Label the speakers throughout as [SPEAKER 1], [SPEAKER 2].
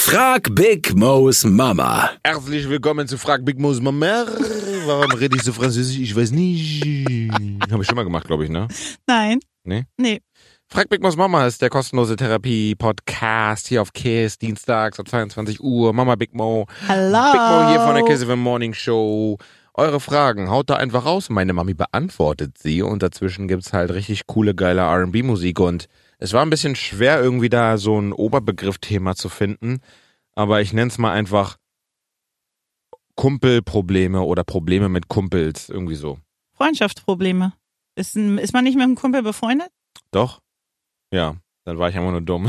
[SPEAKER 1] Frag Big Mo's Mama.
[SPEAKER 2] Herzlich willkommen zu Frag Big Mo's Mama. Warum rede ich so französisch? Ich weiß nicht. Habe ich schon mal gemacht, glaube ich, ne?
[SPEAKER 3] Nein.
[SPEAKER 2] Nee?
[SPEAKER 3] Nee.
[SPEAKER 2] Frag Big Mo's Mama ist der kostenlose Therapie-Podcast hier auf KISS, dienstags ab 22 Uhr. Mama Big Mo.
[SPEAKER 3] Hallo.
[SPEAKER 2] Big Mo hier von der KISS FM Morning Show. Eure Fragen, haut da einfach raus. Meine Mami beantwortet sie und dazwischen gibt's halt richtig coole, geile R&B-Musik und es war ein bisschen schwer, irgendwie da so ein Oberbegriff-Thema zu finden, aber ich nenn's mal einfach Kumpelprobleme oder Probleme mit Kumpels, irgendwie so.
[SPEAKER 3] Freundschaftsprobleme. Ist, ein, ist man nicht mit einem Kumpel befreundet?
[SPEAKER 2] Doch? Ja, dann war ich einfach nur dumm.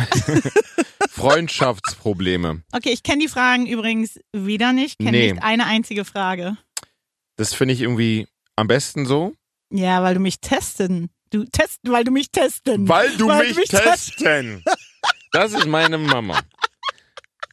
[SPEAKER 2] Freundschaftsprobleme.
[SPEAKER 3] Okay, ich kenne die Fragen übrigens wieder nicht. Kenne
[SPEAKER 2] Nee.
[SPEAKER 3] nicht eine einzige Frage.
[SPEAKER 2] Das finde ich irgendwie am besten so.
[SPEAKER 3] Ja, weil du mich testen. Du test, weil du mich testen.
[SPEAKER 2] Weil du
[SPEAKER 3] Äh, Weil
[SPEAKER 2] mich,
[SPEAKER 3] du mich
[SPEAKER 2] testen. Das ist meine Mama.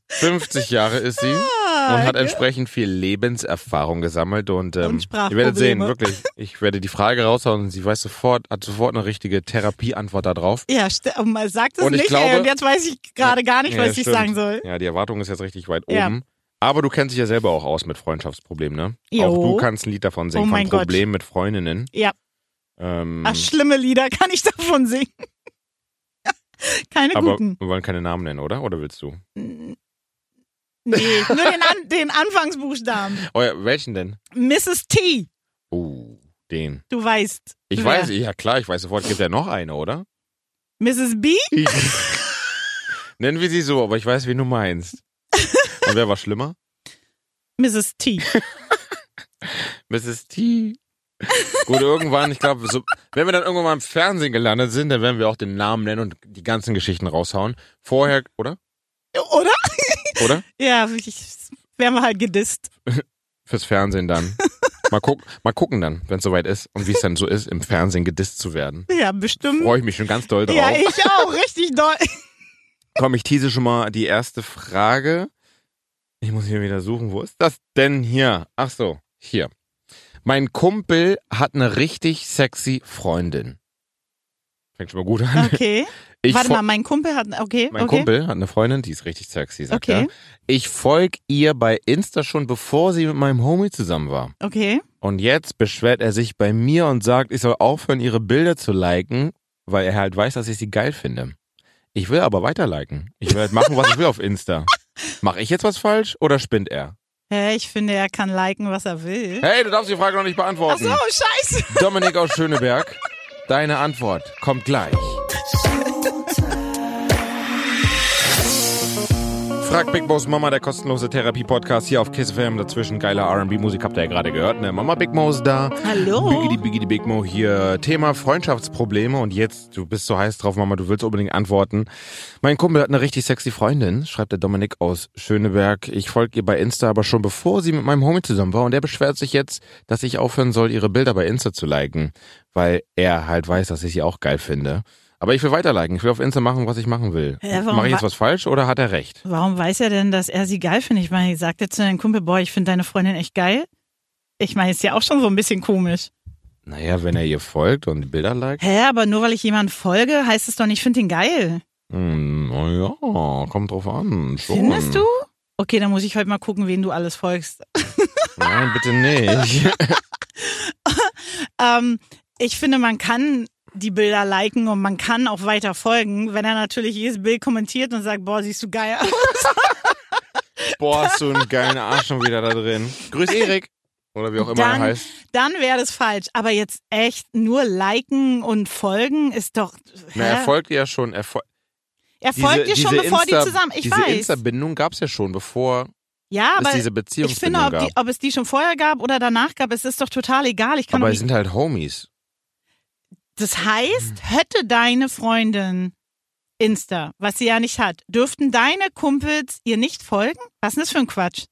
[SPEAKER 2] 50 Jahre ist sie und
[SPEAKER 3] Ah,
[SPEAKER 2] hat entsprechend viel Lebenserfahrung gesammelt und, ähm,
[SPEAKER 3] Und
[SPEAKER 2] ihr werdet sehen,
[SPEAKER 3] Sprachprobleme.
[SPEAKER 2] wirklich, ich werde die Frage raushauen und sie weiß sofort, hat sofort eine richtige Therapieantwort da drauf.
[SPEAKER 3] ja, st- oh, mal sagt es
[SPEAKER 2] Und ich
[SPEAKER 3] nicht.
[SPEAKER 2] glaube-
[SPEAKER 3] ey, und jetzt weiß ich gerade gar nicht,
[SPEAKER 2] Ja,
[SPEAKER 3] was ich
[SPEAKER 2] stimmt.
[SPEAKER 3] sagen soll.
[SPEAKER 2] Ja, die Erwartung ist jetzt richtig weit
[SPEAKER 3] Ja.
[SPEAKER 2] oben. Aber du kennst dich ja selber auch aus mit Freundschaftsproblemen, ne?
[SPEAKER 3] Jo.
[SPEAKER 2] Auch du kannst ein Lied davon singen,
[SPEAKER 3] Oh
[SPEAKER 2] von
[SPEAKER 3] mein Gott.
[SPEAKER 2] Problemen mit Freundinnen.
[SPEAKER 3] Ja.
[SPEAKER 2] Ähm,
[SPEAKER 3] Ach, schlimme Lieder kann ich davon singen. Keine
[SPEAKER 2] aber
[SPEAKER 3] guten.
[SPEAKER 2] wir wollen keine Namen nennen, oder? Oder willst du?
[SPEAKER 3] Nee, nur den, An den Anfangsbuchstaben.
[SPEAKER 2] Oh ja, welchen denn?
[SPEAKER 3] Mrs. T,
[SPEAKER 2] Oh, den.
[SPEAKER 3] du weißt.
[SPEAKER 2] Ich
[SPEAKER 3] wer.
[SPEAKER 2] weiß, ja klar, ich weiß sofort, gibt ja noch eine, oder?
[SPEAKER 3] Mrs. B?
[SPEAKER 2] Nennen wir sie so, aber ich weiß, wen du meinst. Und wer war schlimmer?
[SPEAKER 3] Mrs. T.
[SPEAKER 2] Mrs. T. Gut, irgendwann, ich glaube, so, wenn wir dann irgendwann mal im Fernsehen gelandet sind, dann werden wir auch den Namen nennen und die ganzen Geschichten raushauen. Vorher, oder?
[SPEAKER 3] Oder?
[SPEAKER 2] Oder?
[SPEAKER 3] Ja, ich, werden wir halt gedisst.
[SPEAKER 2] Fürs Fernsehen dann. Mal, guck, mal gucken dann, wenn es soweit ist und wie es dann so ist, im Fernsehen gedisst zu werden.
[SPEAKER 3] Ja, bestimmt.
[SPEAKER 2] Freue ich mich schon ganz doll drauf.
[SPEAKER 3] Ja, ich auch, richtig doll.
[SPEAKER 2] Komm, ich tease schon mal die erste Frage. Ich muss hier wieder suchen. Wo ist das denn hier? Ach so, hier. Mein Kumpel hat eine richtig sexy Freundin. Fängt schon mal gut an.
[SPEAKER 3] Okay.
[SPEAKER 2] Ich
[SPEAKER 3] Ah, Warte
[SPEAKER 2] fol-
[SPEAKER 3] mal, mein Kumpel hat. Okay,
[SPEAKER 2] mein
[SPEAKER 3] okay.
[SPEAKER 2] Kumpel hat eine Freundin, die ist richtig sexy, sagt er.
[SPEAKER 3] Okay.
[SPEAKER 2] Ich folg ihr bei Insta schon, bevor sie mit meinem Homie zusammen war.
[SPEAKER 3] Okay.
[SPEAKER 2] Und jetzt beschwert er sich bei mir und sagt, ich soll aufhören, ihre Bilder zu liken, weil er halt weiß, dass ich sie geil finde. Ich will aber weiter liken. Ich will halt machen, was ich will auf Insta. Mache ich jetzt was falsch oder spinnt er?
[SPEAKER 3] Hä, ich finde, er kann liken, was er will.
[SPEAKER 2] Hey, du darfst die Frage noch nicht
[SPEAKER 3] Ach
[SPEAKER 2] beantworten.
[SPEAKER 3] so, scheiße.
[SPEAKER 2] Dominik aus Schöneberg, deine Antwort kommt gleich. Frag Big Mo's Mama, der kostenlose Therapie-Podcast hier auf Kiss FM. Dazwischen geiler R&B-Musik, habt ihr ja gerade gehört. Ne? Mama Big Mo ist da. Biggity
[SPEAKER 3] Hallo.
[SPEAKER 2] Biggity Big Mo hier. Thema Freundschaftsprobleme und jetzt, du bist so heiß drauf, Mama, du willst unbedingt antworten. Mein Kumpel hat eine richtig sexy Freundin, schreibt der Dominik aus Schöneberg. Ich folge ihr bei Insta, aber schon bevor sie mit meinem Homie zusammen war und er beschwert sich jetzt, dass ich aufhören soll, ihre Bilder bei Insta zu liken, weil er halt weiß, dass ich sie auch geil finde. Aber ich will weiter liken, ich will auf Insta machen, was ich machen will.
[SPEAKER 3] Hä, warum
[SPEAKER 2] Mache ich jetzt
[SPEAKER 3] wa-
[SPEAKER 2] was falsch oder hat er recht?
[SPEAKER 3] Warum weiß er denn, dass er sie geil findet? Ich meine, sagt er zu deinem Kumpel, boah, ich finde deine Freundin echt geil. Ich meine, ist ja auch schon so ein bisschen komisch.
[SPEAKER 2] Naja, wenn er ihr folgt und die Bilder liked,
[SPEAKER 3] Hä, aber nur weil ich jemanden folge, heißt es doch nicht, ich finde den geil.
[SPEAKER 2] hm, naja, kommt drauf an. Schon.
[SPEAKER 3] Findest du? Okay, dann muss ich heute mal gucken, wen du alles folgst.
[SPEAKER 2] Nein, bitte nicht.
[SPEAKER 3] Ähm, ich finde, man kann die Bilder liken und man kann auch weiter folgen, wenn er natürlich jedes Bild kommentiert und sagt, boah, siehst du geil aus.
[SPEAKER 2] Boah, hast du einen geilen Arsch schon wieder da drin. Grüß Erik. Oder wie auch immer
[SPEAKER 3] Dann-
[SPEAKER 2] er heißt.
[SPEAKER 3] Dann wäre das falsch. Aber jetzt echt nur liken und folgen ist doch. Hä?
[SPEAKER 2] Na, er folgt ihr ja schon. Er fol
[SPEAKER 3] Er folgt dir schon, bevor die zusammen. Ich
[SPEAKER 2] diese
[SPEAKER 3] weiß.
[SPEAKER 2] Insta-Bindung gab es ja schon, bevor
[SPEAKER 3] ja,
[SPEAKER 2] es
[SPEAKER 3] aber
[SPEAKER 2] diese
[SPEAKER 3] ich
[SPEAKER 2] Beziehungsbindung
[SPEAKER 3] finde, ob,
[SPEAKER 2] gab.
[SPEAKER 3] die, ob es die schon vorher gab oder danach gab, es ist doch total egal. Ich kann
[SPEAKER 2] Aber
[SPEAKER 3] doch
[SPEAKER 2] sie
[SPEAKER 3] nicht,
[SPEAKER 2] sind halt Homies.
[SPEAKER 3] Das heißt, hätte deine Freundin Insta, was sie ja nicht hat, dürften deine Kumpels ihr nicht folgen? Was ist denn das für ein Quatsch?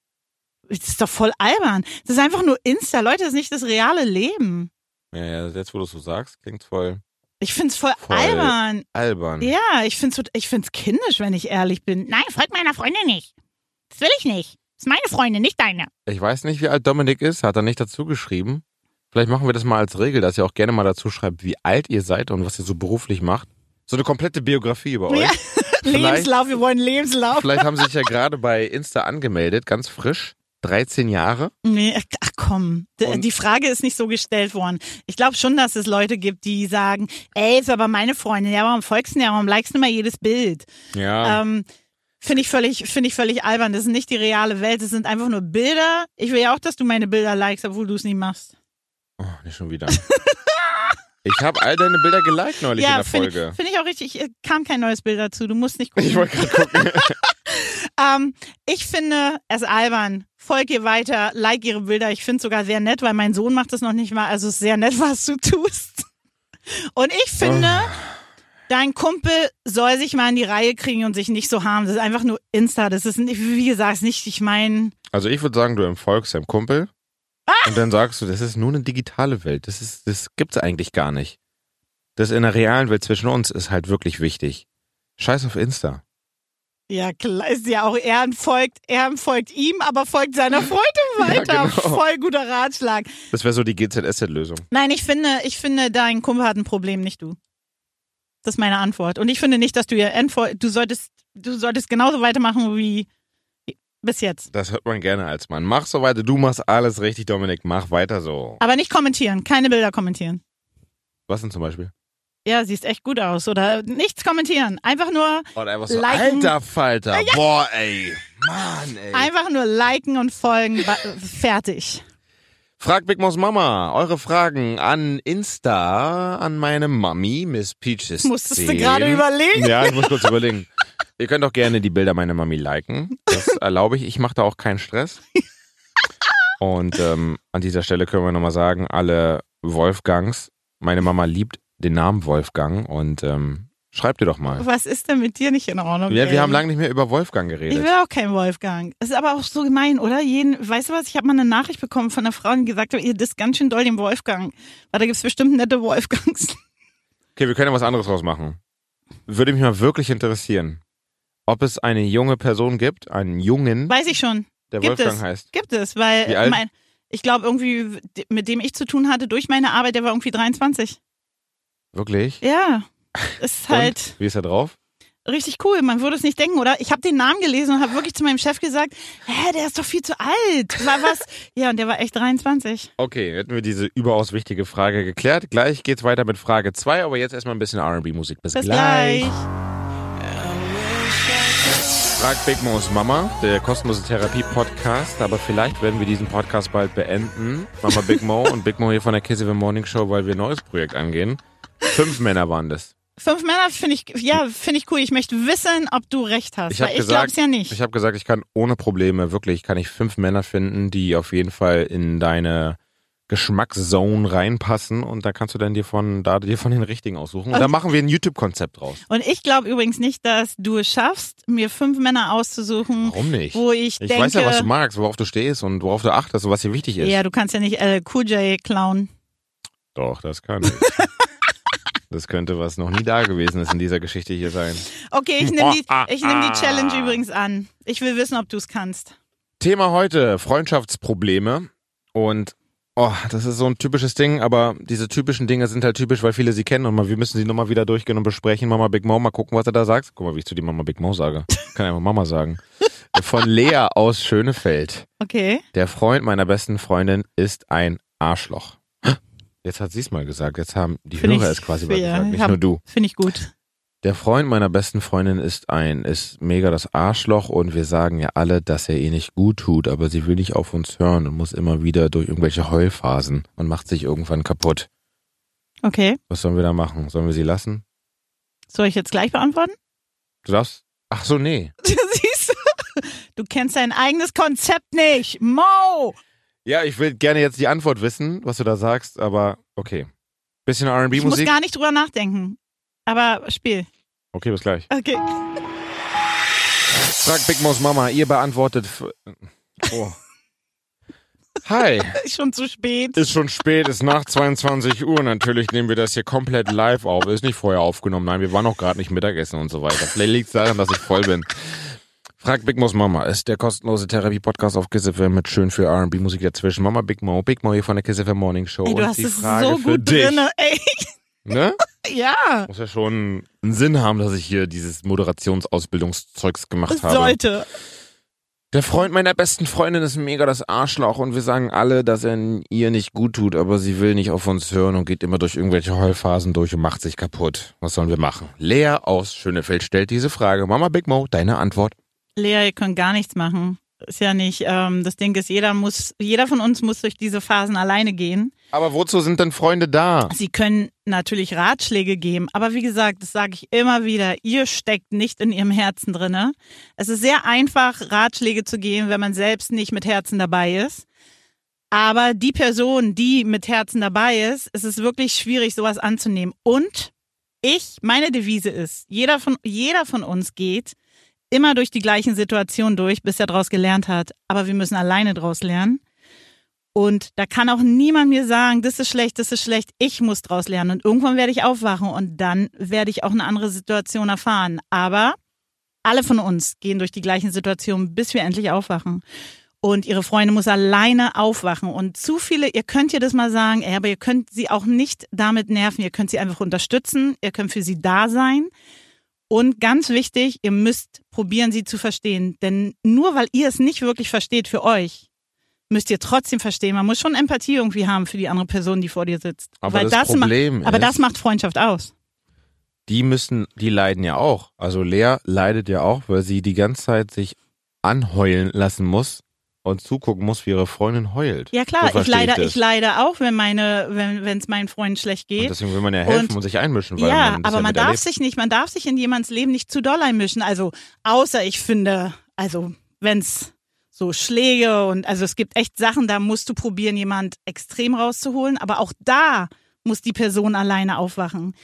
[SPEAKER 3] Das ist doch voll albern. Das ist einfach nur Insta. Leute, das ist nicht das reale Leben.
[SPEAKER 2] Ja, ja, jetzt wo du es so sagst, klingt voll
[SPEAKER 3] Ich find's voll,
[SPEAKER 2] Voll. Hm.
[SPEAKER 3] albern.
[SPEAKER 2] albern.
[SPEAKER 3] Ja, ich find's, tot- ich find's kindisch, wenn ich ehrlich bin. Nein, folgt meiner Freundin nicht. Das will ich nicht. Das ist meine Freundin, nicht deine.
[SPEAKER 2] Ich weiß nicht, wie alt Dominik ist, hat er nicht dazu geschrieben. Vielleicht machen wir das mal als Regel, dass ihr auch gerne mal dazu schreibt, wie alt ihr seid und was ihr so beruflich macht. So eine komplette Biografie über euch.
[SPEAKER 3] Ja. Lebenslauf, wir wollen Lebenslauf.
[SPEAKER 2] Vielleicht haben sie sich ja gerade bei Insta angemeldet, ganz frisch. 13 Jahre.
[SPEAKER 3] Nee, äh, ach komm, D
[SPEAKER 2] Und-
[SPEAKER 3] die Frage ist nicht so gestellt worden. Ich glaube schon, dass es Leute gibt, die sagen, ey, ist aber meine Freundin, ja, warum folgst du denn, ja, warum likest du mal jedes Bild?
[SPEAKER 2] Ja.
[SPEAKER 3] Ähm, Finde ich völlig, finde ich völlig albern. Das ist nicht die reale Welt. Das sind einfach nur Bilder. Ich will ja auch, dass du meine Bilder likest, obwohl du es nie machst.
[SPEAKER 2] Oh, nicht schon wieder. Ich habe all deine Bilder geliked neulich in
[SPEAKER 3] ja,
[SPEAKER 2] der
[SPEAKER 3] finde
[SPEAKER 2] Folge.
[SPEAKER 3] find ich auch richtig. Äh, Kam kein neues Bild dazu. Du musst nicht gucken.
[SPEAKER 2] Ich wollte gerade gucken.
[SPEAKER 3] Ähm, ich finde es albern. Folg ihr weiter, like ihre Bilder. Ich finde es sogar sehr nett, weil mein Sohn macht das noch nicht mal. Also es ist sehr nett, was du tust. Und ich finde, dein Kumpel soll sich mal in die Reihe kriegen und sich nicht so harmen. Das ist einfach nur Insta. Das ist, nicht- wie gesagt, ist nicht, ich meine,
[SPEAKER 2] Also ich würde sagen, du empfolgst deinem Kumpel.
[SPEAKER 3] Ah!
[SPEAKER 2] Und dann sagst du, das ist nur eine digitale Welt. Das, ist, das gibt's eigentlich gar nicht. Das in der realen Welt zwischen uns ist halt wirklich wichtig. Scheiß auf Insta.
[SPEAKER 3] ja klar, ist ja auch, er folgt, er folgt ihm, aber folgt seiner Freundin weiter.
[SPEAKER 2] genau.
[SPEAKER 3] Voll guter Ratschlag.
[SPEAKER 2] Das wäre so die GZSZ-Lösung.
[SPEAKER 3] Nein, ich finde, ich finde, dein Kumpel hat ein Problem, nicht du. Das ist meine Antwort. Und ich finde nicht, dass du ihr entfol- du solltest, du solltest genauso weitermachen wie bis jetzt.
[SPEAKER 2] Das hört man gerne als Mann. Mach so weiter, du machst alles richtig, Dominik. Mach weiter so.
[SPEAKER 3] Aber nicht kommentieren, keine Bilder kommentieren.
[SPEAKER 2] Was denn zum Beispiel?
[SPEAKER 3] Ja, siehst echt gut aus. Oder nichts kommentieren. Einfach nur,
[SPEAKER 2] Und einfach so,
[SPEAKER 3] Liken.
[SPEAKER 2] alter Falter. Boah, ey. Mann, ey.
[SPEAKER 3] einfach nur liken und folgen. ba- Fertig.
[SPEAKER 2] Frag Big Moms Mama eure Fragen an Insta, an meine Mami, Miss Peaches.
[SPEAKER 3] Musstest du gerade überlegen?
[SPEAKER 2] Ja, ich muss kurz überlegen. Ihr könnt auch gerne die Bilder meiner Mami liken. Das erlaube ich. Ich mache da auch keinen Stress. Und ähm, an dieser Stelle können wir nochmal sagen, alle Wolfgangs, meine Mama liebt den Namen Wolfgang und ähm, schreibt ihr doch mal.
[SPEAKER 3] Was ist denn mit dir nicht in Ordnung?
[SPEAKER 2] Ja,
[SPEAKER 3] ey?
[SPEAKER 2] wir haben lange nicht mehr über Wolfgang
[SPEAKER 3] Ich
[SPEAKER 2] geredet.
[SPEAKER 3] will auch kein Wolfgang. Es ist aber auch so gemein, oder? Jeden, weißt du was? Ich habe mal eine Nachricht bekommen von einer Frau, die gesagt hat, ihr disst ganz schön doll den Wolfgang. Weil da gibt's bestimmt nette
[SPEAKER 2] Hm?
[SPEAKER 3] Wolfgangs.
[SPEAKER 2] Okay, wir können ja was anderes draus machen. Würde mich mal wirklich interessieren, ob es eine junge Person gibt, einen Jungen,
[SPEAKER 3] Weiß ich schon.
[SPEAKER 2] der
[SPEAKER 3] gibt
[SPEAKER 2] Wolfgang
[SPEAKER 3] es.
[SPEAKER 2] heißt.
[SPEAKER 3] Gibt es, weil
[SPEAKER 2] Wie alt?
[SPEAKER 3] mein, ich glaube irgendwie, mit dem ich zu tun hatte durch meine Arbeit, der war irgendwie 23.
[SPEAKER 2] Wirklich?
[SPEAKER 3] Ja. Ist halt
[SPEAKER 2] Und? Wie ist er drauf?
[SPEAKER 3] richtig cool. Man würde es nicht denken, oder? Ich habe den Namen gelesen und habe wirklich zu meinem Chef gesagt, hä, der ist doch viel zu alt. War was? ja, und der war echt 23.
[SPEAKER 2] Okay, hätten wir diese überaus wichtige Frage geklärt. Gleich geht's weiter mit Frage 2, aber jetzt erstmal ein bisschen RB-Musik. Bis,
[SPEAKER 3] Bis gleich.
[SPEAKER 2] Frag Big Mo's Mama, der kostenlose Therapie-Podcast. Aber vielleicht werden wir diesen Podcast bald beenden. Mama Big Mo und Big Mo hier von der Kiss of the Morning Show, weil wir ein neues Projekt angehen. Fünf Männer waren das.
[SPEAKER 3] Fünf Männer finde ich, ja, finde ich cool. Ich möchte wissen, ob du recht hast.
[SPEAKER 2] Ich hab
[SPEAKER 3] weil ich
[SPEAKER 2] gesagt-
[SPEAKER 3] glaube es ja nicht.
[SPEAKER 2] Ich habe gesagt, ich kann ohne Probleme, wirklich, kann ich fünf Männer finden, die auf jeden Fall in deine Geschmackszone reinpassen und da kannst du dann dir von, da dir von den richtigen aussuchen. Und da machen wir ein YouTube-Konzept draus.
[SPEAKER 3] Und ich glaube übrigens nicht, dass du es schaffst, mir fünf Männer auszusuchen,
[SPEAKER 2] Warum nicht?
[SPEAKER 3] wo ich,
[SPEAKER 2] Ich
[SPEAKER 3] denke.
[SPEAKER 2] weiß ja, was du magst, worauf du stehst und worauf du achtest und was dir wichtig ist.
[SPEAKER 3] ja, du kannst ja nicht äh, Cool J klauen.
[SPEAKER 2] Doch, das kann ich. das könnte was noch nie da gewesen ist in dieser Geschichte hier sein.
[SPEAKER 3] Okay, ich nehme die,
[SPEAKER 2] Ah, ah,
[SPEAKER 3] ich nehm die
[SPEAKER 2] ah.
[SPEAKER 3] Challenge übrigens an. Ich will wissen, ob du es kannst.
[SPEAKER 2] Thema heute, Freundschaftsprobleme. Und oh, das ist so ein typisches Ding, aber diese typischen Dinge sind halt typisch, weil viele sie kennen und mal, wir müssen sie nochmal wieder durchgehen und besprechen. Mama Big Mo, mal gucken, was er da sagt. Guck mal, wie ich zu dir Mama Big Mo sage. Kann einfach Mama sagen. Von Lea aus Schönefeld.
[SPEAKER 3] Okay.
[SPEAKER 2] Der Freund meiner besten Freundin ist ein Arschloch. Jetzt hat sie es mal gesagt. Jetzt haben die
[SPEAKER 3] Find
[SPEAKER 2] Hörer
[SPEAKER 3] ich-
[SPEAKER 2] es quasi mal
[SPEAKER 3] ja,
[SPEAKER 2] gesagt, nicht
[SPEAKER 3] hab-
[SPEAKER 2] nur du.
[SPEAKER 3] Finde ich gut.
[SPEAKER 2] Der Freund meiner besten Freundin ist ein, ist mega das Arschloch und wir sagen ja alle, dass er ihr nicht gut tut, aber sie will nicht auf uns hören und muss immer wieder durch irgendwelche Heulphasen und macht sich irgendwann kaputt.
[SPEAKER 3] Okay.
[SPEAKER 2] Was sollen wir da machen? Sollen wir sie lassen?
[SPEAKER 3] Soll ich jetzt gleich beantworten?
[SPEAKER 2] Du darfst. Ach so, nee.
[SPEAKER 3] Siehst du? Du kennst dein eigenes Konzept nicht. Mo!
[SPEAKER 2] Ja, ich will gerne jetzt die Antwort wissen, was du da sagst, aber okay. Bisschen
[SPEAKER 3] Ich muss
[SPEAKER 2] R&B-Musik.
[SPEAKER 3] gar nicht drüber nachdenken. Aber Spiel.
[SPEAKER 2] Okay, bis gleich.
[SPEAKER 3] Okay.
[SPEAKER 2] Frag Big Mo's Mama, ihr beantwortet. f- Oh. Hi,
[SPEAKER 3] Schon zu spät.
[SPEAKER 2] ist schon spät, ist nach 22 Uhr. Natürlich nehmen wir das hier komplett live auf. Ist nicht vorher aufgenommen. Nein, wir waren auch gerade nicht Mittagessen und so weiter. Vielleicht liegt es daran, dass ich voll bin. Frag Big Mo's Mama ist der kostenlose Therapie-Podcast auf Kiss FM mit schön für R&B-Musik dazwischen. Mama Big Mo, Big Mo hier von der Kiss FM Morning Show.
[SPEAKER 3] Ey, du
[SPEAKER 2] und
[SPEAKER 3] hast
[SPEAKER 2] die
[SPEAKER 3] es
[SPEAKER 2] Frage
[SPEAKER 3] so
[SPEAKER 2] für
[SPEAKER 3] gut
[SPEAKER 2] dich.
[SPEAKER 3] drinne. Ey,
[SPEAKER 2] Ne?
[SPEAKER 3] Ja,
[SPEAKER 2] Muss ja schon einen Sinn haben, dass ich hier dieses Moderationsausbildungszeugs gemacht habe.
[SPEAKER 3] sollte.
[SPEAKER 2] Der Freund meiner besten Freundin ist mega das Arschloch und wir sagen alle, dass er ihr nicht gut tut, aber sie will nicht auf uns hören und geht immer durch irgendwelche Heulphasen durch und macht sich kaputt. Was sollen wir machen? Lea aus Schönefeld stellt diese Frage. Mama Big Mo, deine Antwort.
[SPEAKER 3] Lea, ihr könnt gar nichts machen. Ist ja nicht, ähm, das Ding ist, jeder muss, jeder von uns muss durch diese Phasen alleine gehen.
[SPEAKER 2] Aber wozu sind denn Freunde da?
[SPEAKER 3] Sie können natürlich Ratschläge geben, aber wie gesagt, das sage ich immer wieder, ihr steckt nicht in ihrem Herzen drinne. Es ist sehr einfach, Ratschläge zu geben, wenn man selbst nicht mit Herzen dabei ist. Aber die Person, die mit Herzen dabei ist, es ist wirklich schwierig, sowas anzunehmen. Und ich, meine Devise ist, jeder von, jeder von uns geht immer durch die gleichen Situationen durch, bis er daraus gelernt hat. Aber wir müssen alleine daraus lernen. Und da kann auch niemand mir sagen, das ist schlecht, das ist schlecht. Ich muss draus lernen. Und irgendwann werde ich aufwachen und dann werde ich auch eine andere Situation erfahren. Aber alle von uns gehen durch die gleichen Situationen, bis wir endlich aufwachen. Und ihre Freundin muss alleine aufwachen. Und zu viele, ihr könnt ihr das mal sagen, ey, aber ihr könnt sie auch nicht damit nerven. Ihr könnt sie einfach unterstützen. Ihr könnt für sie da sein. Und ganz wichtig, ihr müsst probieren, sie zu verstehen. Denn nur weil ihr es nicht wirklich versteht für euch, müsst ihr trotzdem verstehen. Man muss schon Empathie irgendwie haben für die andere Person, die vor dir sitzt.
[SPEAKER 2] Aber
[SPEAKER 3] weil
[SPEAKER 2] das Problem
[SPEAKER 3] macht, aber
[SPEAKER 2] ist-
[SPEAKER 3] das macht Freundschaft aus.
[SPEAKER 2] Die müssen, die leiden ja auch. Also Lea leidet ja auch, weil sie die ganze Zeit sich anheulen lassen muss und zugucken muss, wie ihre Freundin heult.
[SPEAKER 3] Ja
[SPEAKER 2] So
[SPEAKER 3] klar, ich
[SPEAKER 2] verstehe
[SPEAKER 3] leider,
[SPEAKER 2] das.
[SPEAKER 3] ich leide auch, wenn meine, wenn wenn es meinen Freunden schlecht
[SPEAKER 2] Und
[SPEAKER 3] geht.
[SPEAKER 2] deswegen will man ja helfen und,
[SPEAKER 3] Und-
[SPEAKER 2] sich einmischen, weil
[SPEAKER 3] ja,
[SPEAKER 2] man das
[SPEAKER 3] aber
[SPEAKER 2] ja
[SPEAKER 3] man darf
[SPEAKER 2] miterlebt.
[SPEAKER 3] sich nicht, man darf sich in jemands Leben nicht zu doll einmischen. Also außer ich finde, also wenn's so Schläge und also es gibt echt Sachen, da musst du probieren, jemand extrem rauszuholen. Aber auch da muss die Person alleine aufwachen.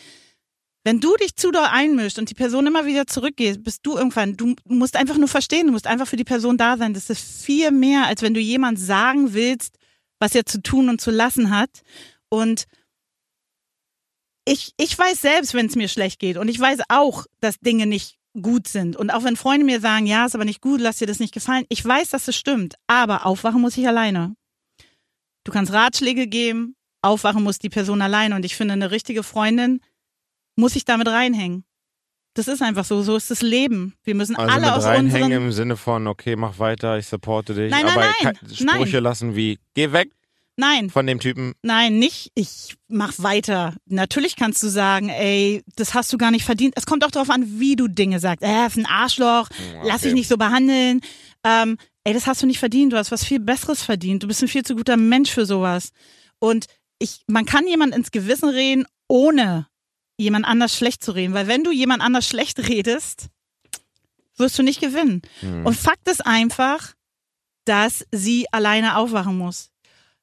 [SPEAKER 3] Wenn du dich zu doll einmischst und die Person immer wieder zurückgeht, bist du irgendwann, du musst einfach nur verstehen, du musst einfach für die Person da sein. Das ist viel mehr, als wenn du jemand sagen willst, was er zu tun und zu lassen hat. Und ich, ich weiß selbst, wenn es mir schlecht geht. Und ich weiß auch, dass Dinge nicht gut sind. Und auch wenn Freunde mir sagen, ja, ist aber nicht gut, lass dir das nicht gefallen. Ich weiß, dass es stimmt. Aber aufwachen muss ich alleine. Du kannst Ratschläge geben. Aufwachen muss die Person alleine. Und ich finde, eine richtige Freundin muss sich damit reinhängen. Das ist einfach so. So ist das Leben. Wir müssen
[SPEAKER 2] also
[SPEAKER 3] alle
[SPEAKER 2] mit
[SPEAKER 3] aus
[SPEAKER 2] reinhängen
[SPEAKER 3] unseren
[SPEAKER 2] im Sinne von, okay, mach weiter, ich supporte dich.
[SPEAKER 3] Nein, nein,
[SPEAKER 2] aber
[SPEAKER 3] nein,
[SPEAKER 2] ke- Sprüche lassen wie, geh weg
[SPEAKER 3] Nein,
[SPEAKER 2] von dem Typen.
[SPEAKER 3] Nein, nicht. Ich mach weiter. Natürlich kannst du sagen, ey, das hast du gar nicht verdient. Es kommt auch darauf an, wie du Dinge sagst. Äh, ist ein Arschloch, lass
[SPEAKER 2] Ah,
[SPEAKER 3] dich
[SPEAKER 2] okay.
[SPEAKER 3] nicht so behandeln. Ähm, ey, das hast du nicht verdient. Du hast was viel Besseres verdient. Du bist ein viel zu guter Mensch für sowas. Und ich, man kann jemand ins Gewissen reden, ohne jemand anders schlecht zu reden. Weil wenn du jemand anders schlecht redest, wirst du nicht gewinnen.
[SPEAKER 2] Hm.
[SPEAKER 3] Und Fakt ist einfach, dass sie alleine aufwachen muss.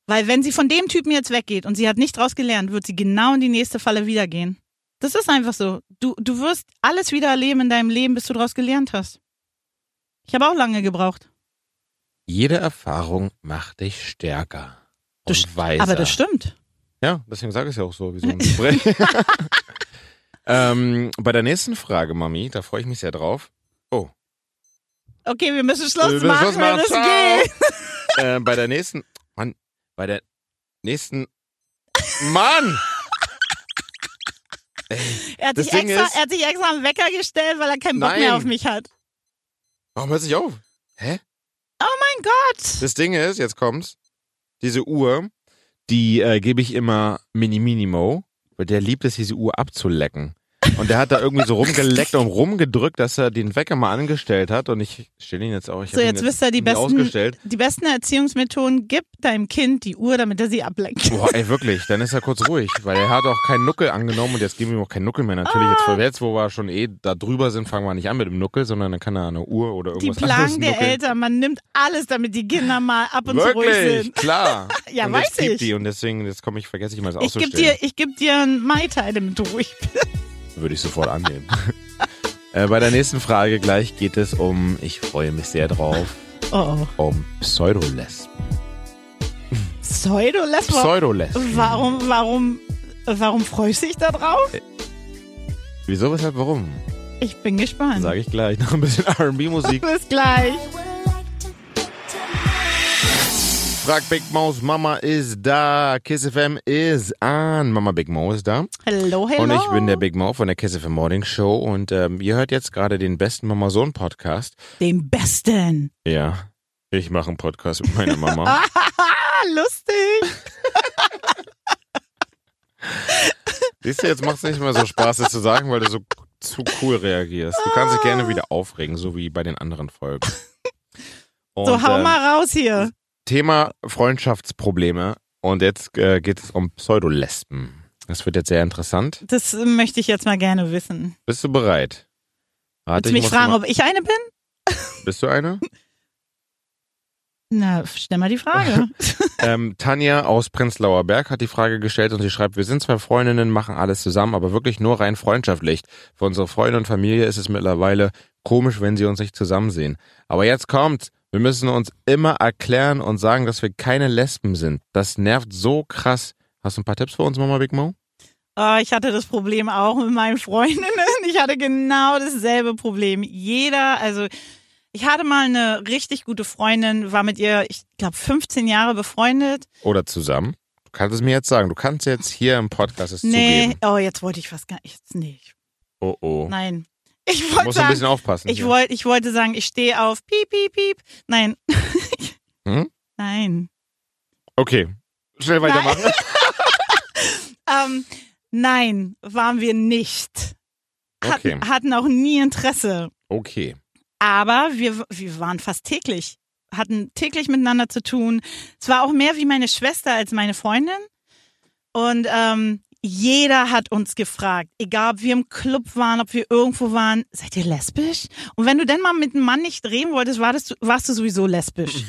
[SPEAKER 3] Weil wenn sie von dem Typen jetzt weggeht und sie hat nicht draus gelernt, wird sie genau in die nächste Falle wieder gehen. Das ist einfach so. Du, du wirst alles wieder erleben in deinem Leben, bis du draus gelernt hast. Ich habe auch lange gebraucht.
[SPEAKER 2] Jede Erfahrung macht dich stärker.
[SPEAKER 3] Du
[SPEAKER 2] Und
[SPEAKER 3] st-
[SPEAKER 2] weiser.
[SPEAKER 3] Aber das stimmt.
[SPEAKER 2] Ja, deswegen sage ich es ja auch so, wie so ein Gespräch. ähm, bei der nächsten Frage, Mami, da freue ich mich sehr drauf. Äh,
[SPEAKER 3] Okay, wir müssen Schluss
[SPEAKER 2] Wir müssen
[SPEAKER 3] machen,
[SPEAKER 2] Schluss machen.
[SPEAKER 3] wenn es
[SPEAKER 2] Ciao.
[SPEAKER 3] geht.
[SPEAKER 2] Äh, bei der nächsten, Mann, bei der nächsten, Mann!
[SPEAKER 3] Er hat,
[SPEAKER 2] Das
[SPEAKER 3] sich
[SPEAKER 2] Ding
[SPEAKER 3] extra,
[SPEAKER 2] ist-
[SPEAKER 3] er hat sich extra am Wecker gestellt, weil er keinen Bock
[SPEAKER 2] Nein.
[SPEAKER 3] mehr auf mich hat.
[SPEAKER 2] Warum hört sich auf? Hä?
[SPEAKER 3] Mein Gott.
[SPEAKER 2] Das Ding ist, jetzt kommt's, diese Uhr, die äh, gebe ich immer Mini Minimo, weil der liebt es, diese Uhr abzulecken. Und der hat da irgendwie so rumgeleckt und rumgedrückt, dass er den Wecker mal angestellt hat. Und ich stelle ihn jetzt auch. Ich
[SPEAKER 3] So,
[SPEAKER 2] hab ihn
[SPEAKER 3] jetzt wisst ihr die
[SPEAKER 2] nie
[SPEAKER 3] besten,
[SPEAKER 2] Ausgestellt.
[SPEAKER 3] die besten Erziehungsmethoden. Gib deinem Kind die Uhr, damit er sie ablenkt.
[SPEAKER 2] Boah, ey, wirklich, dann ist er kurz ruhig, weil er hat auch keinen Nuckel angenommen und jetzt geben wir ihm auch keinen Nuckel mehr. Natürlich, jetzt
[SPEAKER 3] Ah.
[SPEAKER 2] vorwärts, wo wir schon eh da drüber sind, fangen wir nicht an mit dem Nuckel, sondern dann kann er an der Uhr oder
[SPEAKER 3] Die
[SPEAKER 2] irgendwas anderes
[SPEAKER 3] Plagen der
[SPEAKER 2] nuckeln.
[SPEAKER 3] Eltern, man nimmt alles, damit die Kinder mal ab und zu ruhig
[SPEAKER 2] Wirklich,
[SPEAKER 3] sind.
[SPEAKER 2] klar.
[SPEAKER 3] Ja,
[SPEAKER 2] und
[SPEAKER 3] weiß
[SPEAKER 2] jetzt piept
[SPEAKER 3] ich.
[SPEAKER 2] die und deswegen, jetzt komme ich, vergesse ich mal das
[SPEAKER 3] Ich geb,
[SPEAKER 2] auszustellen.
[SPEAKER 3] dir, ich geb dir einen Mai-Tai, damit du ruhig bist.
[SPEAKER 2] Würde ich sofort annehmen. äh, bei der nächsten Frage gleich geht es um, ich freue mich sehr drauf,
[SPEAKER 3] Oh,
[SPEAKER 2] um Pseudolesben.
[SPEAKER 3] Pseudo-Lesbo.
[SPEAKER 2] Pseudolesben.
[SPEAKER 3] Warum, warum, warum freust du dich da drauf?
[SPEAKER 2] Äh, Wieso, weshalb, warum?
[SPEAKER 3] Ich bin gespannt.
[SPEAKER 2] Sage ich gleich. Noch ein bisschen R&B-Musik.
[SPEAKER 3] Bis gleich.
[SPEAKER 4] I would like to get to know you.
[SPEAKER 2] fragt Big Mo's Mama ist da. Kiss FM ist an. Mama Big Mo ist da.
[SPEAKER 3] Hello, hello.
[SPEAKER 2] Und ich bin der Big Mo von der Kiss FM Morning Show. Und ähm, ihr hört jetzt gerade den besten Mama-Sohn-Podcast.
[SPEAKER 3] Dem Besten.
[SPEAKER 2] Ja, ich mache einen Podcast mit meiner Mama.
[SPEAKER 3] Lustig.
[SPEAKER 2] Siehst du, jetzt macht es nicht mehr so Spaß, das zu sagen, weil du so zu cool reagierst. Du kannst dich gerne wieder aufregen, so wie bei den anderen Folgen. Und,
[SPEAKER 3] so, hau
[SPEAKER 2] ähm,
[SPEAKER 3] mal raus hier.
[SPEAKER 2] Thema Freundschaftsprobleme. Und jetzt äh, geht es um Pseudolesben. Das wird jetzt sehr interessant.
[SPEAKER 3] Das äh, möchte ich jetzt mal gerne wissen.
[SPEAKER 2] Bist du bereit? Warte,
[SPEAKER 3] Willst du mich
[SPEAKER 2] muss
[SPEAKER 3] fragen,
[SPEAKER 2] mal-
[SPEAKER 3] ob ich eine bin?
[SPEAKER 2] Bist du eine?
[SPEAKER 3] Na, stell mal die Frage.
[SPEAKER 2] Ähm, Tanja aus Prenzlauer Berg hat die Frage gestellt und sie schreibt, wir sind zwei Freundinnen, machen alles zusammen, aber wirklich nur rein freundschaftlich. Für unsere Freunde und Familie ist es mittlerweile komisch, wenn sie uns nicht zusammen sehen. Aber jetzt kommt's. Wir müssen uns immer erklären und sagen, dass wir keine Lesben sind. Das nervt so krass. Hast du ein paar Tipps für uns, Mama Big Mo?
[SPEAKER 3] Oh, ich hatte das Problem auch mit meinen Freundinnen. Ich hatte genau dasselbe Problem. Jeder, also ich hatte mal eine richtig gute Freundin, war mit ihr, ich glaube, 15 Jahre befreundet.
[SPEAKER 2] Oder zusammen? Du kannst es mir jetzt sagen. Du kannst jetzt hier im Podcast es
[SPEAKER 3] Nee,
[SPEAKER 2] zugeben.
[SPEAKER 3] oh, jetzt wollte ich was gar nicht. Jetzt nicht.
[SPEAKER 2] Oh oh.
[SPEAKER 3] Nein. Ich
[SPEAKER 2] Du
[SPEAKER 3] wollte
[SPEAKER 2] musst ein bisschen
[SPEAKER 3] sagen,
[SPEAKER 2] aufpassen.
[SPEAKER 3] ich,
[SPEAKER 2] hier.
[SPEAKER 3] wollt, ich wollte sagen, ich stehe auf piep, piep, piep. Nein.
[SPEAKER 2] Hm?
[SPEAKER 3] Nein.
[SPEAKER 2] okay. Schnell weitermachen.
[SPEAKER 3] Ähm, nein, waren wir nicht. Hatten,
[SPEAKER 2] Okay.
[SPEAKER 3] hatten auch nie Interesse.
[SPEAKER 2] Okay.
[SPEAKER 3] Aber wir, wir waren fast täglich, hatten täglich miteinander zu tun. Es war auch mehr wie meine Schwester als meine Freundin. Und ähm, jeder hat uns gefragt, egal ob wir im Club waren, ob wir irgendwo waren, seid ihr lesbisch? Und wenn du denn mal mit einem Mann nicht reden wolltest, wartest du, warst du sowieso lesbisch.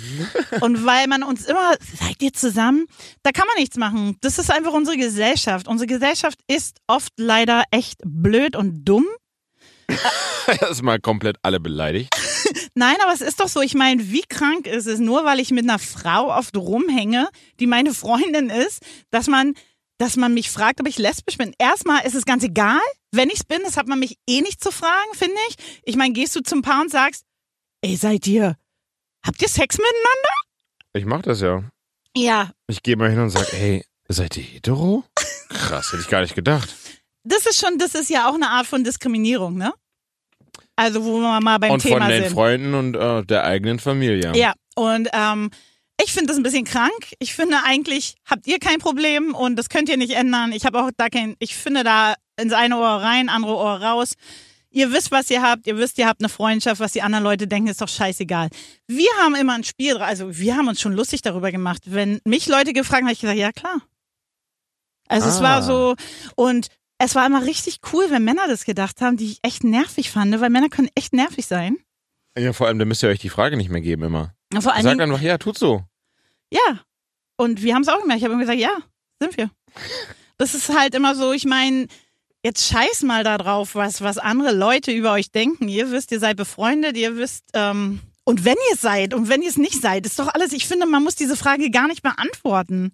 [SPEAKER 3] Und weil man uns immer, seid ihr zusammen? Da kann man nichts machen. Das ist einfach unsere Gesellschaft. Unsere Gesellschaft ist oft leider echt blöd und dumm.
[SPEAKER 2] Erstmal komplett alle beleidigt.
[SPEAKER 3] Nein, aber es ist doch so. Ich meine, wie krank ist es, nur weil ich mit einer Frau oft rumhänge, die meine Freundin ist, dass man, dass man mich fragt, ob ich lesbisch bin. Erstmal ist es ganz egal. Wenn ich's bin, das hat man mich eh nicht zu fragen, finde ich. Ich meine, gehst du zum Paar und sagst, ey, seid ihr, habt ihr Sex miteinander?
[SPEAKER 2] Ich mach das ja.
[SPEAKER 3] Ja.
[SPEAKER 2] Ich gehe mal hin und sage, hey, seid ihr hetero? Krass, hätte ich gar nicht gedacht.
[SPEAKER 3] Das ist schon, das ist ja auch eine Art von Diskriminierung, ne? Also, wo wir mal beim
[SPEAKER 2] und
[SPEAKER 3] Thema
[SPEAKER 2] von den
[SPEAKER 3] sind.
[SPEAKER 2] Freunden und äh, der eigenen Familie.
[SPEAKER 3] Ja, und ähm, ich finde das ein bisschen krank. Ich finde eigentlich, habt ihr kein Problem und das könnt ihr nicht ändern. Ich habe auch da kein, ich finde da ins eine Ohr rein, andere Ohr raus. Ihr wisst, was ihr habt, ihr wisst, ihr habt eine Freundschaft, was die anderen Leute denken, ist doch scheißegal. Wir haben immer ein Spiel, also wir haben uns schon lustig darüber gemacht. Wenn mich Leute gefragt haben, habe ich gesagt, ja klar. Also es
[SPEAKER 2] Ah.
[SPEAKER 3] war so, und es war immer richtig cool, wenn Männer das gedacht haben, die ich echt nervig fand, weil Männer können echt nervig sein.
[SPEAKER 2] Ja, vor allem, da müsst ihr euch die Frage nicht mehr geben immer.
[SPEAKER 3] Und Vor allen
[SPEAKER 2] Sagt
[SPEAKER 3] Dingen,
[SPEAKER 2] einfach, ja, tut so.
[SPEAKER 3] Ja. Und wir haben es auch gemerkt. Ich habe immer gesagt, ja, sind wir. Das ist halt immer so, ich meine, jetzt scheiß mal da drauf, was, was andere Leute über euch denken. Ihr wisst, ihr seid befreundet, ihr wisst, ähm, und wenn ihr es seid und wenn ihr es nicht seid, ist doch alles, ich finde, man muss diese Frage gar nicht beantworten.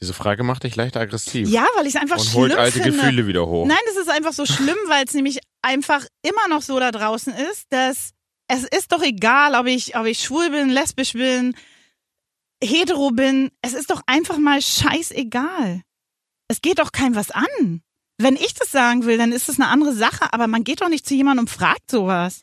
[SPEAKER 2] Diese Frage macht dich leicht aggressiv.
[SPEAKER 3] Ja, weil ich es einfach
[SPEAKER 2] und
[SPEAKER 3] schlimm
[SPEAKER 2] holt alte
[SPEAKER 3] finde.
[SPEAKER 2] Gefühle wieder hoch.
[SPEAKER 3] Nein, das ist einfach so schlimm, weil es nämlich einfach immer noch so da draußen ist, dass es ist doch egal, ob ich, ob ich schwul bin, lesbisch bin, hetero bin. Es ist doch einfach mal scheißegal. Es geht doch keinem was an. Wenn ich das sagen will, dann ist das eine andere Sache, aber man geht doch nicht zu jemandem und fragt sowas.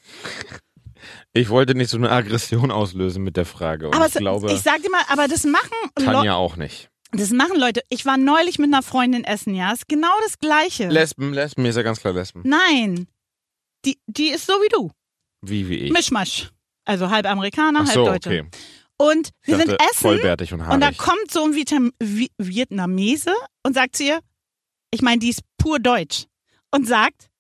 [SPEAKER 2] Ich wollte nicht so eine Aggression auslösen mit der Frage. Und
[SPEAKER 3] aber
[SPEAKER 2] ich
[SPEAKER 3] es-
[SPEAKER 2] glaube,
[SPEAKER 3] ich sag dir mal, aber das machen Leu-
[SPEAKER 2] Tanja auch nicht.
[SPEAKER 3] das machen Leute. Ich war neulich mit einer Freundin essen, ja, ist genau das gleiche.
[SPEAKER 2] Lesben, Lesben, mir ist ja ganz klar Lesben.
[SPEAKER 3] Nein. Die, die ist so wie du.
[SPEAKER 2] Wie, wie ich.
[SPEAKER 3] Mischmasch. Also halb Amerikaner,
[SPEAKER 2] Ach
[SPEAKER 3] halb
[SPEAKER 2] so,
[SPEAKER 3] Deutsche.
[SPEAKER 2] okay.
[SPEAKER 3] Und wir
[SPEAKER 2] Ich dachte,
[SPEAKER 3] sind essen
[SPEAKER 2] vollbärtig und haarig.
[SPEAKER 3] und da kommt so ein Vietnam Vi Vietnamese und sagt zu ihr, ich meine, die ist pur deutsch und sagt,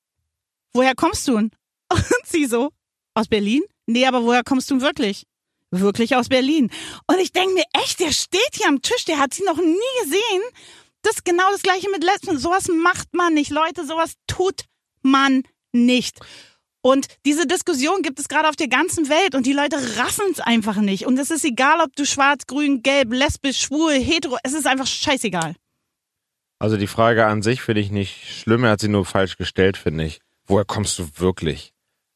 [SPEAKER 3] woher kommst du? denn? Und sie so, aus Berlin? Nee, aber woher kommst du denn wirklich? Wirklich aus Berlin. Und ich denke mir, echt, der steht hier am Tisch, der hat sie noch nie gesehen. Das ist genau das gleiche mit Lesben. Sowas macht man nicht, Leute, sowas tut man nicht. Und diese Diskussion gibt es gerade auf der ganzen Welt und die Leute raffen es einfach nicht. Und es ist egal, ob du schwarz, grün, gelb, lesbisch, schwul, hetero, es ist einfach scheißegal.
[SPEAKER 2] Also die Frage an sich finde ich nicht schlimm, er hat sie nur falsch gestellt, finde ich. Woher kommst du wirklich?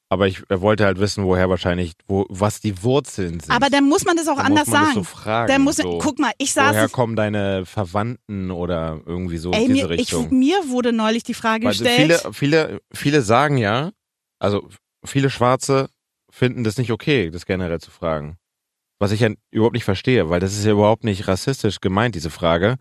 [SPEAKER 2] aber ich er wollte halt wissen, woher wahrscheinlich, wo, was die Wurzeln sind.
[SPEAKER 3] Aber dann muss man das auch
[SPEAKER 2] Dann
[SPEAKER 3] anders
[SPEAKER 2] muss man
[SPEAKER 3] sagen.
[SPEAKER 2] Das so fragen,
[SPEAKER 3] dann muss,
[SPEAKER 2] so.
[SPEAKER 3] guck mal, ich
[SPEAKER 2] Woher
[SPEAKER 3] saß,
[SPEAKER 2] kommen deine Verwandten oder irgendwie so
[SPEAKER 3] ey,
[SPEAKER 2] in diese
[SPEAKER 3] mir, ich,
[SPEAKER 2] Richtung?
[SPEAKER 3] mir wurde neulich die Frage
[SPEAKER 2] Weil
[SPEAKER 3] gestellt.
[SPEAKER 2] viele, viele, viele sagen ja, also viele Schwarze finden das nicht okay, das generell zu fragen. Was ich ja überhaupt nicht verstehe, weil das ist ja überhaupt nicht rassistisch gemeint, diese Frage.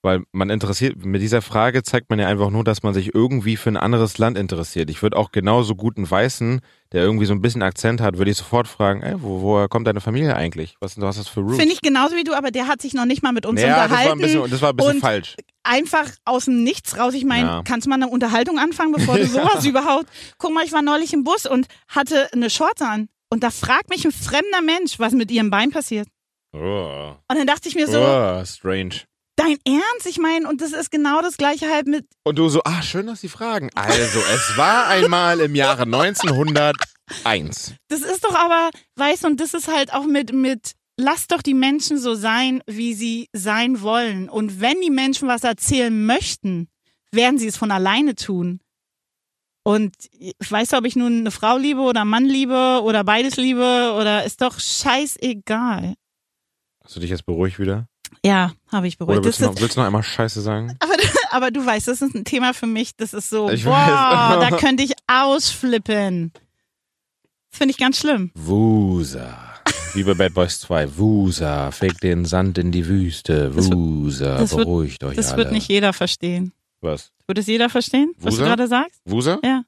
[SPEAKER 2] Weil man interessiert, mit dieser Frage zeigt man ja einfach nur, dass man sich irgendwie für ein anderes Land interessiert. Ich würde auch genauso guten Weißen, der irgendwie so ein bisschen Akzent hat, würde ich sofort fragen, ey, wo, woher kommt deine Familie eigentlich? Was, was ist das für Roots?
[SPEAKER 3] Finde ich genauso wie du, aber der hat sich noch nicht mal mit uns
[SPEAKER 2] ja, das war ein
[SPEAKER 3] unterhalten.
[SPEAKER 2] bisschen, das war ein bisschen
[SPEAKER 3] und-
[SPEAKER 2] falsch.
[SPEAKER 3] Einfach aus dem Nichts raus. Ich meine,
[SPEAKER 2] Ja.
[SPEAKER 3] kannst du mal eine Unterhaltung anfangen, bevor du sowas überhaupt. Guck mal, ich war neulich im Bus und hatte eine Shorts an. Und da fragt mich ein fremder Mensch, was mit ihrem Bein passiert.
[SPEAKER 2] Oh,
[SPEAKER 3] Und dann dachte ich mir so,
[SPEAKER 2] oh, strange.
[SPEAKER 3] dein Ernst? Ich meine, und das ist genau das gleiche halt mit,
[SPEAKER 2] Und du so, ah, schön, dass Sie fragen. Also, es war einmal im Jahre 1901.
[SPEAKER 3] das ist doch aber, weißt du, und das ist halt auch mit, mit, lass doch die Menschen so sein, wie sie sein wollen. Und wenn die Menschen was erzählen möchten, werden sie es von alleine tun. Und ich weiß, ob ich nun eine Frau liebe oder einen Mann liebe oder beides liebe oder ist doch scheißegal.
[SPEAKER 2] Hast du dich jetzt beruhigt wieder?
[SPEAKER 3] Ja, habe ich
[SPEAKER 2] Oder
[SPEAKER 3] beruhigt. Das
[SPEAKER 2] willst du,
[SPEAKER 3] ist,
[SPEAKER 2] noch, willst du noch einmal Scheiße sagen?
[SPEAKER 3] aber, aber du weißt, das ist ein Thema für mich. Das ist so,
[SPEAKER 2] Ich
[SPEAKER 3] boah,
[SPEAKER 2] weiß.
[SPEAKER 3] da könnte ich ausflippen. Das finde ich ganz schlimm.
[SPEAKER 2] Wusa. Wie bei Bad Boys 2. Wusa, fegt den Sand in die Wüste.
[SPEAKER 3] Das wird-
[SPEAKER 2] Wusa,
[SPEAKER 3] das wird-
[SPEAKER 2] beruhigt euch
[SPEAKER 3] Das
[SPEAKER 2] alle.
[SPEAKER 3] wird nicht jeder verstehen.
[SPEAKER 2] Was?
[SPEAKER 3] Würde es jeder verstehen, was
[SPEAKER 2] Wusa?
[SPEAKER 3] du gerade sagst?
[SPEAKER 2] Wusa?
[SPEAKER 3] Ja.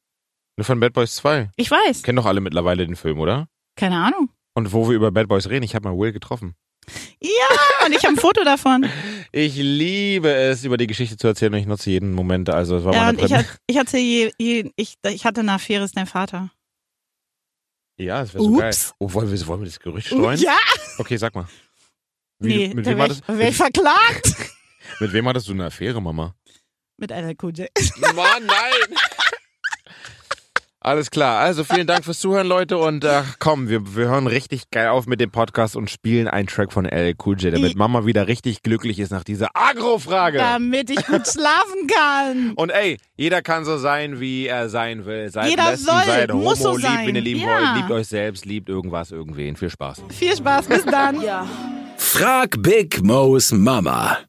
[SPEAKER 2] Nur von Bad Boys 2.
[SPEAKER 3] Ich weiß.
[SPEAKER 2] Kennen doch alle mittlerweile den Film, oder?
[SPEAKER 3] Keine Ahnung.
[SPEAKER 2] Und wo wir über Bad Boys reden, ich habe mal Will getroffen.
[SPEAKER 3] Ja, und ich habe ein Foto davon.
[SPEAKER 2] Ich liebe es, über die Geschichte zu erzählen und ich nutze jeden Moment. Also, es war
[SPEAKER 3] Ja,
[SPEAKER 2] meine
[SPEAKER 3] und ich,
[SPEAKER 2] Premiere.
[SPEAKER 3] hat, ich hatte je, je, ich, ich hatte eine Affäre ist dein Vater.
[SPEAKER 2] Ja, es wäre so geil.
[SPEAKER 3] Ups.
[SPEAKER 2] Oh, wollen wir, wollen wir das Gerücht streuen?
[SPEAKER 3] Ja,
[SPEAKER 2] Okay, sag mal. Wie,
[SPEAKER 3] nee,
[SPEAKER 2] mit,
[SPEAKER 3] da
[SPEAKER 2] wem
[SPEAKER 3] wäre
[SPEAKER 2] hattest,
[SPEAKER 3] ich, wär ich
[SPEAKER 2] mit,
[SPEAKER 3] verklagt.
[SPEAKER 2] mit wem hattest du eine Affäre, Mama?
[SPEAKER 3] Mit einer Kuje.
[SPEAKER 2] Mann, nein! Alles klar, also vielen Dank fürs Zuhören, Leute. Und ach, komm, wir, wir hören richtig geil auf mit dem Podcast und spielen einen Track von LL Cool J, damit
[SPEAKER 3] I- Ähm,
[SPEAKER 2] Mama wieder richtig glücklich ist nach dieser Agro-Frage.
[SPEAKER 3] Damit ich gut schlafen kann.
[SPEAKER 2] Und ey, jeder kann so sein, wie er sein will. Seid
[SPEAKER 3] Jeder
[SPEAKER 2] Lesben,
[SPEAKER 3] soll,
[SPEAKER 2] seid Homo,
[SPEAKER 3] muss so
[SPEAKER 2] liebt,
[SPEAKER 3] sein.
[SPEAKER 2] wen ihr lieben
[SPEAKER 3] Ja.
[SPEAKER 2] wollt, liebt euch selbst, liebt irgendwas, irgendwen. Viel Spaß.
[SPEAKER 3] Viel Spaß, bis dann.
[SPEAKER 4] Ja.
[SPEAKER 1] Frag Big Mo's Mama.